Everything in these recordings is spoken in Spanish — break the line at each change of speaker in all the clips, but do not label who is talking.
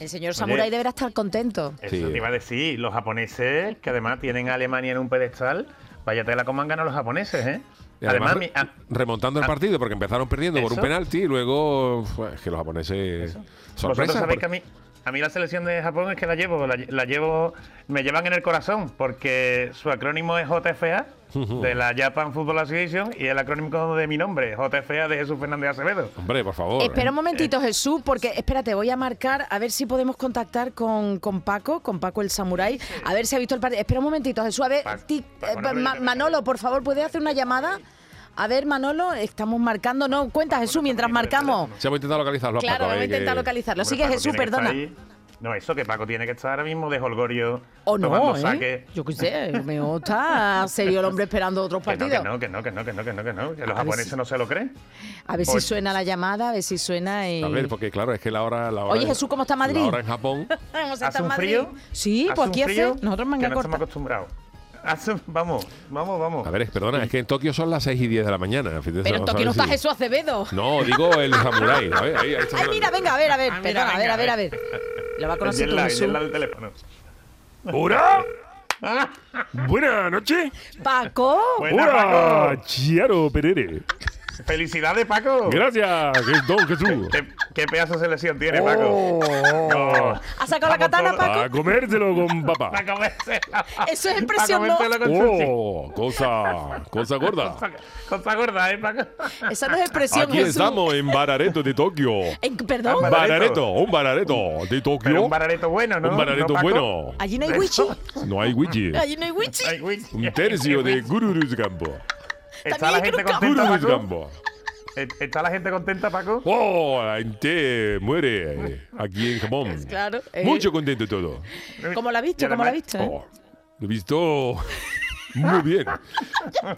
El señor Samurai deberá estar contento.
Eso
Sí.
te iba a decir, los japoneses, que además tienen a Alemania en un pedestal, vaya tela como han ganado los japoneses, ¿eh?
Y Además,
mi- ah,
re- remontando el
ah,
partido, porque empezaron perdiendo por un
eso.
penalti y luego. uf, Es que los japoneses.
vosotros
Sorpresa.
sabéis que a
porque-
mí, a mí la selección de Japón es que la llevo, la, la llevo, me llevan en el corazón, porque su acrónimo es JFA, de la Japan Football Association, y el acrónimo de mi nombre, JFA de Jesús Fernández Acevedo.
Hombre, por favor. ¿eh?
Espera
eh.
un momentito, Jesús, porque espérate, voy a marcar a ver si podemos contactar con, con Paco, con Paco el Samurai, a ver si ha visto el partido. Espera un momentito, Jesús, a ver,
Paco,
ti-
Paco,
eh,
no, pero
Ma-
yo te-
Manolo, por favor, ¿puede hacer una llamada? A ver, Manolo, estamos marcando, no, cuenta Jesús mientras marcamos.
Se hemos intentado localizarlo a
Claro,
Paco,
vamos a
ahí,
intentar
que-
localizarlo.
Hombre,
Sigue
Paco
Jesús,
tiene que
perdona.
estar ahí. No, eso que Paco tiene que estar ahora mismo de holgorio
O no,
tomando
¿eh?
saques.
Yo qué sé, me está serio el hombre esperando otros
Que no,
partidos.
que no, que no, que no, que no, que no, que no, que los
A ver
japoneses
si-
no se lo creen.
A ver si
Oye.
suena la llamada, a ver si suena y...
A ver, porque claro, es que la hora. La hora
Oye, Jesús, ¿cómo está Madrid?
La hora en Japón.
Hemos estado
¿Hace
en
un
Madrid.
frío?
Sí, pues
un
aquí hace.
frío
Nosotros manga
que no estamos
corta.
acostumbrados. Hace- vamos, vamos, vamos.
A ver, perdona, es que en Tokio son las 6 y 10 de la mañana.
Pero en Tokio no está Jesús Acevedo.
No, digo el samurái. A ver, ahí, ahí está
Ay, mira, venga, a ver, a ver,
Ah, mira,
perdona, a ver,
venga,
a ver, a ver. Lo va a
El
conocer
jet
tú,
lag, el jet lag
Jesús.
del teléfono.
¡Hola!
Ah,
Buenas noches.
Paco.
Buenas, Paco.
Chiaro Perere.
¡Felicidades, Paco!
Gracias, que es Don Jesús.
¿Qué, qué pedazo de selección tiene,
Oh.
Paco? No.
¿Ha sacado la
Vamos
katana,
todos-
Paco?
A comértelo con papá.
Paco, vete.
Eso es impresión,
Paco, vete
¿no?
a la consulta.
Oh, cosa, cosa gorda.
Cosa gorda, ¿eh, Paco?
Esa no es expresión,
Aquí
Jesús.
estamos en Barareto de Tokio.
En- perdón,
Ah, vale.
Barareto, un Barareto de
Pero
Tokio.
un barareto bueno, ¿no?
Un Barareto
¿No, Paco?
bueno.
allí no hay wichi.
No hay wiki.
Allí no hay wichi.
Ay, uy.
Un tercio de Gururus Gambo.
¿Está
También
la
hay
gente
cruz
contenta,
Gururus
Paco? Eh,
Gambo.
¿Está la gente contenta, Paco?
Oh, la gente muere aquí en Japón.
Claro, eh.
Mucho contento todo.
¿Cómo la ha visto?
Y
¿Cómo la ha
además-
visto? eh?
Oh, lo he visto muy bien.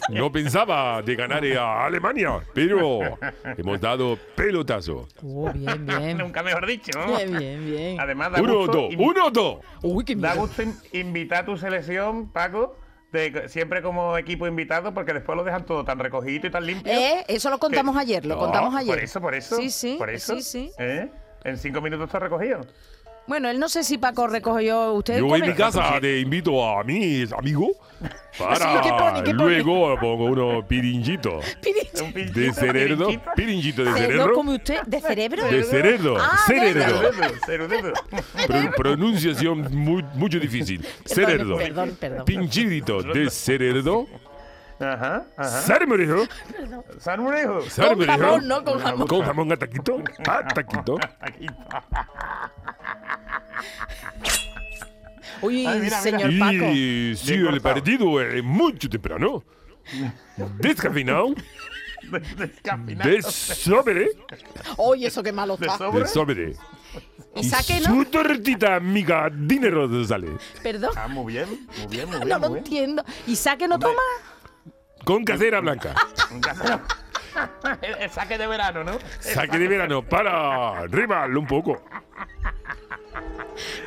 No pensaba de ganar a Alemania, pero hemos dado pelotazo.
Oh, bien, bien.
Nunca mejor dicho. ¿no?
Bien, bien, bien.
Además, da
Uno,
gusto
dos,
in-
uno, dos.
Uy, qué
Da
miedo.
gusto in- invitar a tu selección, Paco, de- siempre como equipo invitado, porque después lo dejan todo tan recogido y tan limpio.
Eh, eso lo contamos
Que-
ayer, lo
No,
contamos ayer.
Por eso, por eso.
Sí, sí,
por eso,
sí, sí.
¿eh? En cinco minutos está recogido.
Bueno, él no sé si Paco recogió usted.
Yo en
come-
mi casa te invito a mis amigos
Así, ¿qué pone,
para
qué pone?
luego pongo unos pirinchitos
Pide-
Un pinchito,
de
un
cerebro,
pirinchito.
pirinchito de
¿No
cerebro,
come usted? ¿De cerebro?
de cerebro,
Ah,
cerebro.
Cerdo, cerdo.
Pro- pronunciación muy, mucho difícil.
Perdón,
Cerdo.
perdón, perdón.
Pinchidito de cerdo.
Ajá, ajá.
Sarmerejo.
San Murejo.
Con
Sarmerejo.
jamón, ¿no? Con jamón.
Con jamón a taquito. A taquito.
Aquí está.
Uy,
Ay, mira, mira.
señor Paco.
Y si
Bien
el
cortado.
partido es mucho temprano, descafeinado,
Descafeinado.
de sobre,
Oye, eso qué malo
¿De
está.
sobre?
de sobre.
Y saque, ¿no?
su tortita, amiga, dinero te sale.
Perdón,
Ah, muy bien, muy bien, muy
no
bien. muy
lo
bien.
entiendo. ¿Y saque no toma?
Con casera blanca.
Un casero. El, el saque de verano, ¿no?
Saque de verano para arribarlo un poco.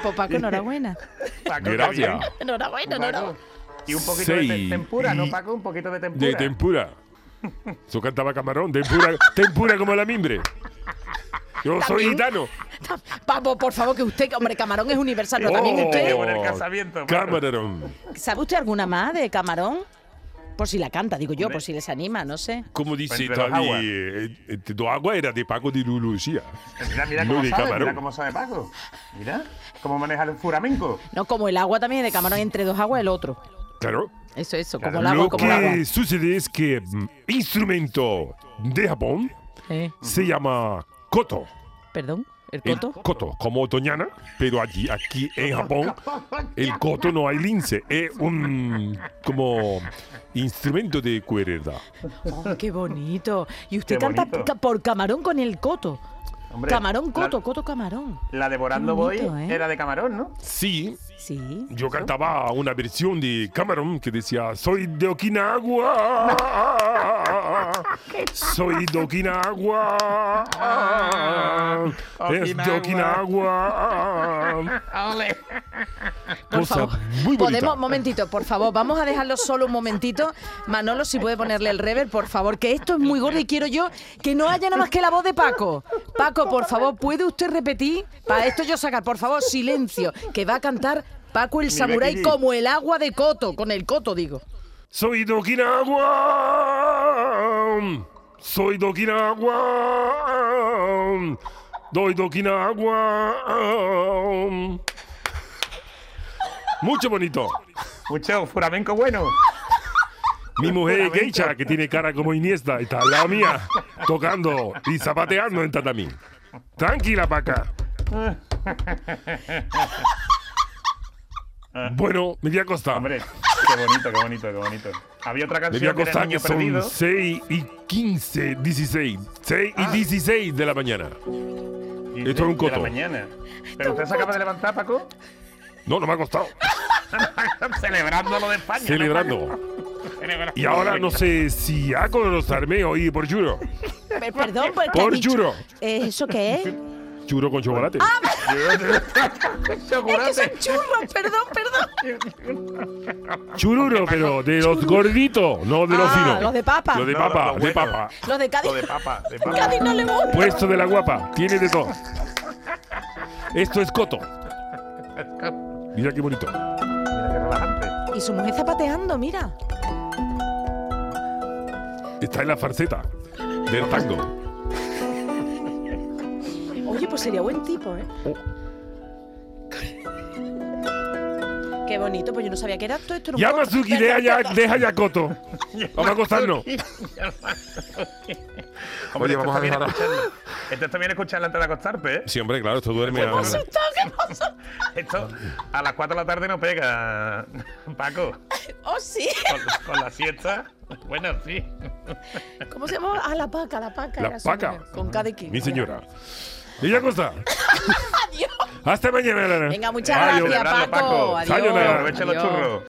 Pues Paco, enhorabuena.
Paco,
Gracias.
qué
Enhorabuena,
bien. Paco.
enhorabuena.
Y un poquito de te-
Seis.
tempura, ¿no, Paco? Un poquito de tempura.
De tempura. Su cantaba camarón, tempura, tempura como la mimbre. Yo
También.
soy gitano.
Papo, por favor, que usted, que, hombre, camarón es universal, pero también
Oh.
usted.
llevó en el casamiento, Paco.
Camarón.
¿Sabe usted alguna más de camarón? Por si la canta, digo yo, por si les anima, no sé.
Como dice
Entre los
Tony,
aguas.
eh, eh, tu agua era de Paco de Lucía.
Pues Mira, mira
No
cómo
de
sabe,
camarón.
mira cómo sabe Paco. Mira cómo maneja el furamenco.
No, como el agua también es de camarón, entre dos aguas el otro.
Claro.
Eso, eso,
Claro.
como el agua,
Lo
como el agua.
que sucede es que mm, instrumento de Japón
Eh,
se llama koto.
perdón, el
El
coto.
koto, como otoñana, pero allí, aquí en Japón, el koto no hay lince. Es un como instrumento de cuerda.
Oh, qué bonito. Y usted
Qué
canta
bonito.
ca- por camarón con el coto.
Hombre,
Camarón,
la-
coto, coto, camarón.
La, de Devorando
Qué bonito,
Boy
¿eh?
era de camarón, ¿no?
Sí,
Sí.
Yo cantaba una versión de Cameron que decía, soy de Okinawa. Soy de Okinawa. Es de Okinawa.
Ole.
Por
Cosa
favor.
muy bonita.
Podemos, momentito, por favor, vamos a dejarlo solo un momentito. Manolo, si puede ponerle el rever, por favor, que esto es muy gordo y quiero yo que no haya nada más que la voz de Paco. Paco, por favor, ¿puede usted repetir? Para esto yo sacar, por favor, silencio, que va a cantar Paco el Samurái
Becky G.
como el agua de coto, con el coto digo.
Soy de Okinawa. Soy de Okinawa. Doy de Okinawa. Mucho bonito.
Mucho flamenco bueno.
Mi mujer es geisha, que tiene cara como Iniesta, está al lado mía, tocando y zapateando en tatamí. Tranquila, paca. Bueno, me voy a acostar.
Hombre, qué bonito, qué bonito, qué bonito. Había otra
Me voy
canción
a
que era
acostar
El
que
Niño
son
Perdido.
6 y 15, 16. 6
Ah.
y 16 de la mañana.
y
esto es un
de- de la
coto.
mañana. ¿Pero usted se acaba de levantar, Paco?
No, no me ha acostado.
Celebrando lo de España. ¿no?
Celebrando.
Celebrando.
Y ahora no sé si acostarme o ir por churro.
Per- Perdón, porque
Por
ha dicho-
churro.
Eh, ¿Eso qué es?
Churro con chocolate.
Ah.
Es que son
Chocolate.
churros, perdón, perdón.
Chururo, pero de los gorditos, no de los
Ah,
finos.
los de papa.
Los de
No,
papa,
los
de
buenos.
papa.
Los de Cádiz.
Lo de papa, de
En
papa.
Cádiz no le gusta.
Puesto de la guapa, tiene de todo. Esto es coto. Mira qué bonito.
Mira qué relajante.
Y su mujer zapateando, mira.
Está en la farceta del tango.
Oye, pues sería buen tipo, ¿eh?
Oh.
Qué bonito, pues yo no sabía que era todo esto. era un
Ya
coto.
Matsuki,
Perdón,
deja ya,
perdón.
deja ya coto. Vamos a acostarnos.
Hombre, esto está bien
vamos a dejar a-
escucharlo. Esto está bien escucharlo antes de acostarte, ¿eh?
Sí, hombre, claro, esto duerme a...
¿Qué pasó? ¿Qué pasó?
Esto a las 4 de la tarde no pega, Paco.
Oh, sí.
Con, con la siesta. Bueno, sí.
¿Cómo se llama? Ah, la paca, la paca.
La
era su
paca.
mujer, Con cada quien.
Mi señora. Y ya costa.
Adiós.
Hasta mañana, Elena.
Venga, muchas
Ay,
gracias,
Ah, celebrando,
Paco.
Paco.
Adiós.
Sayonara.
Aprovecha los
Adiós.
churros.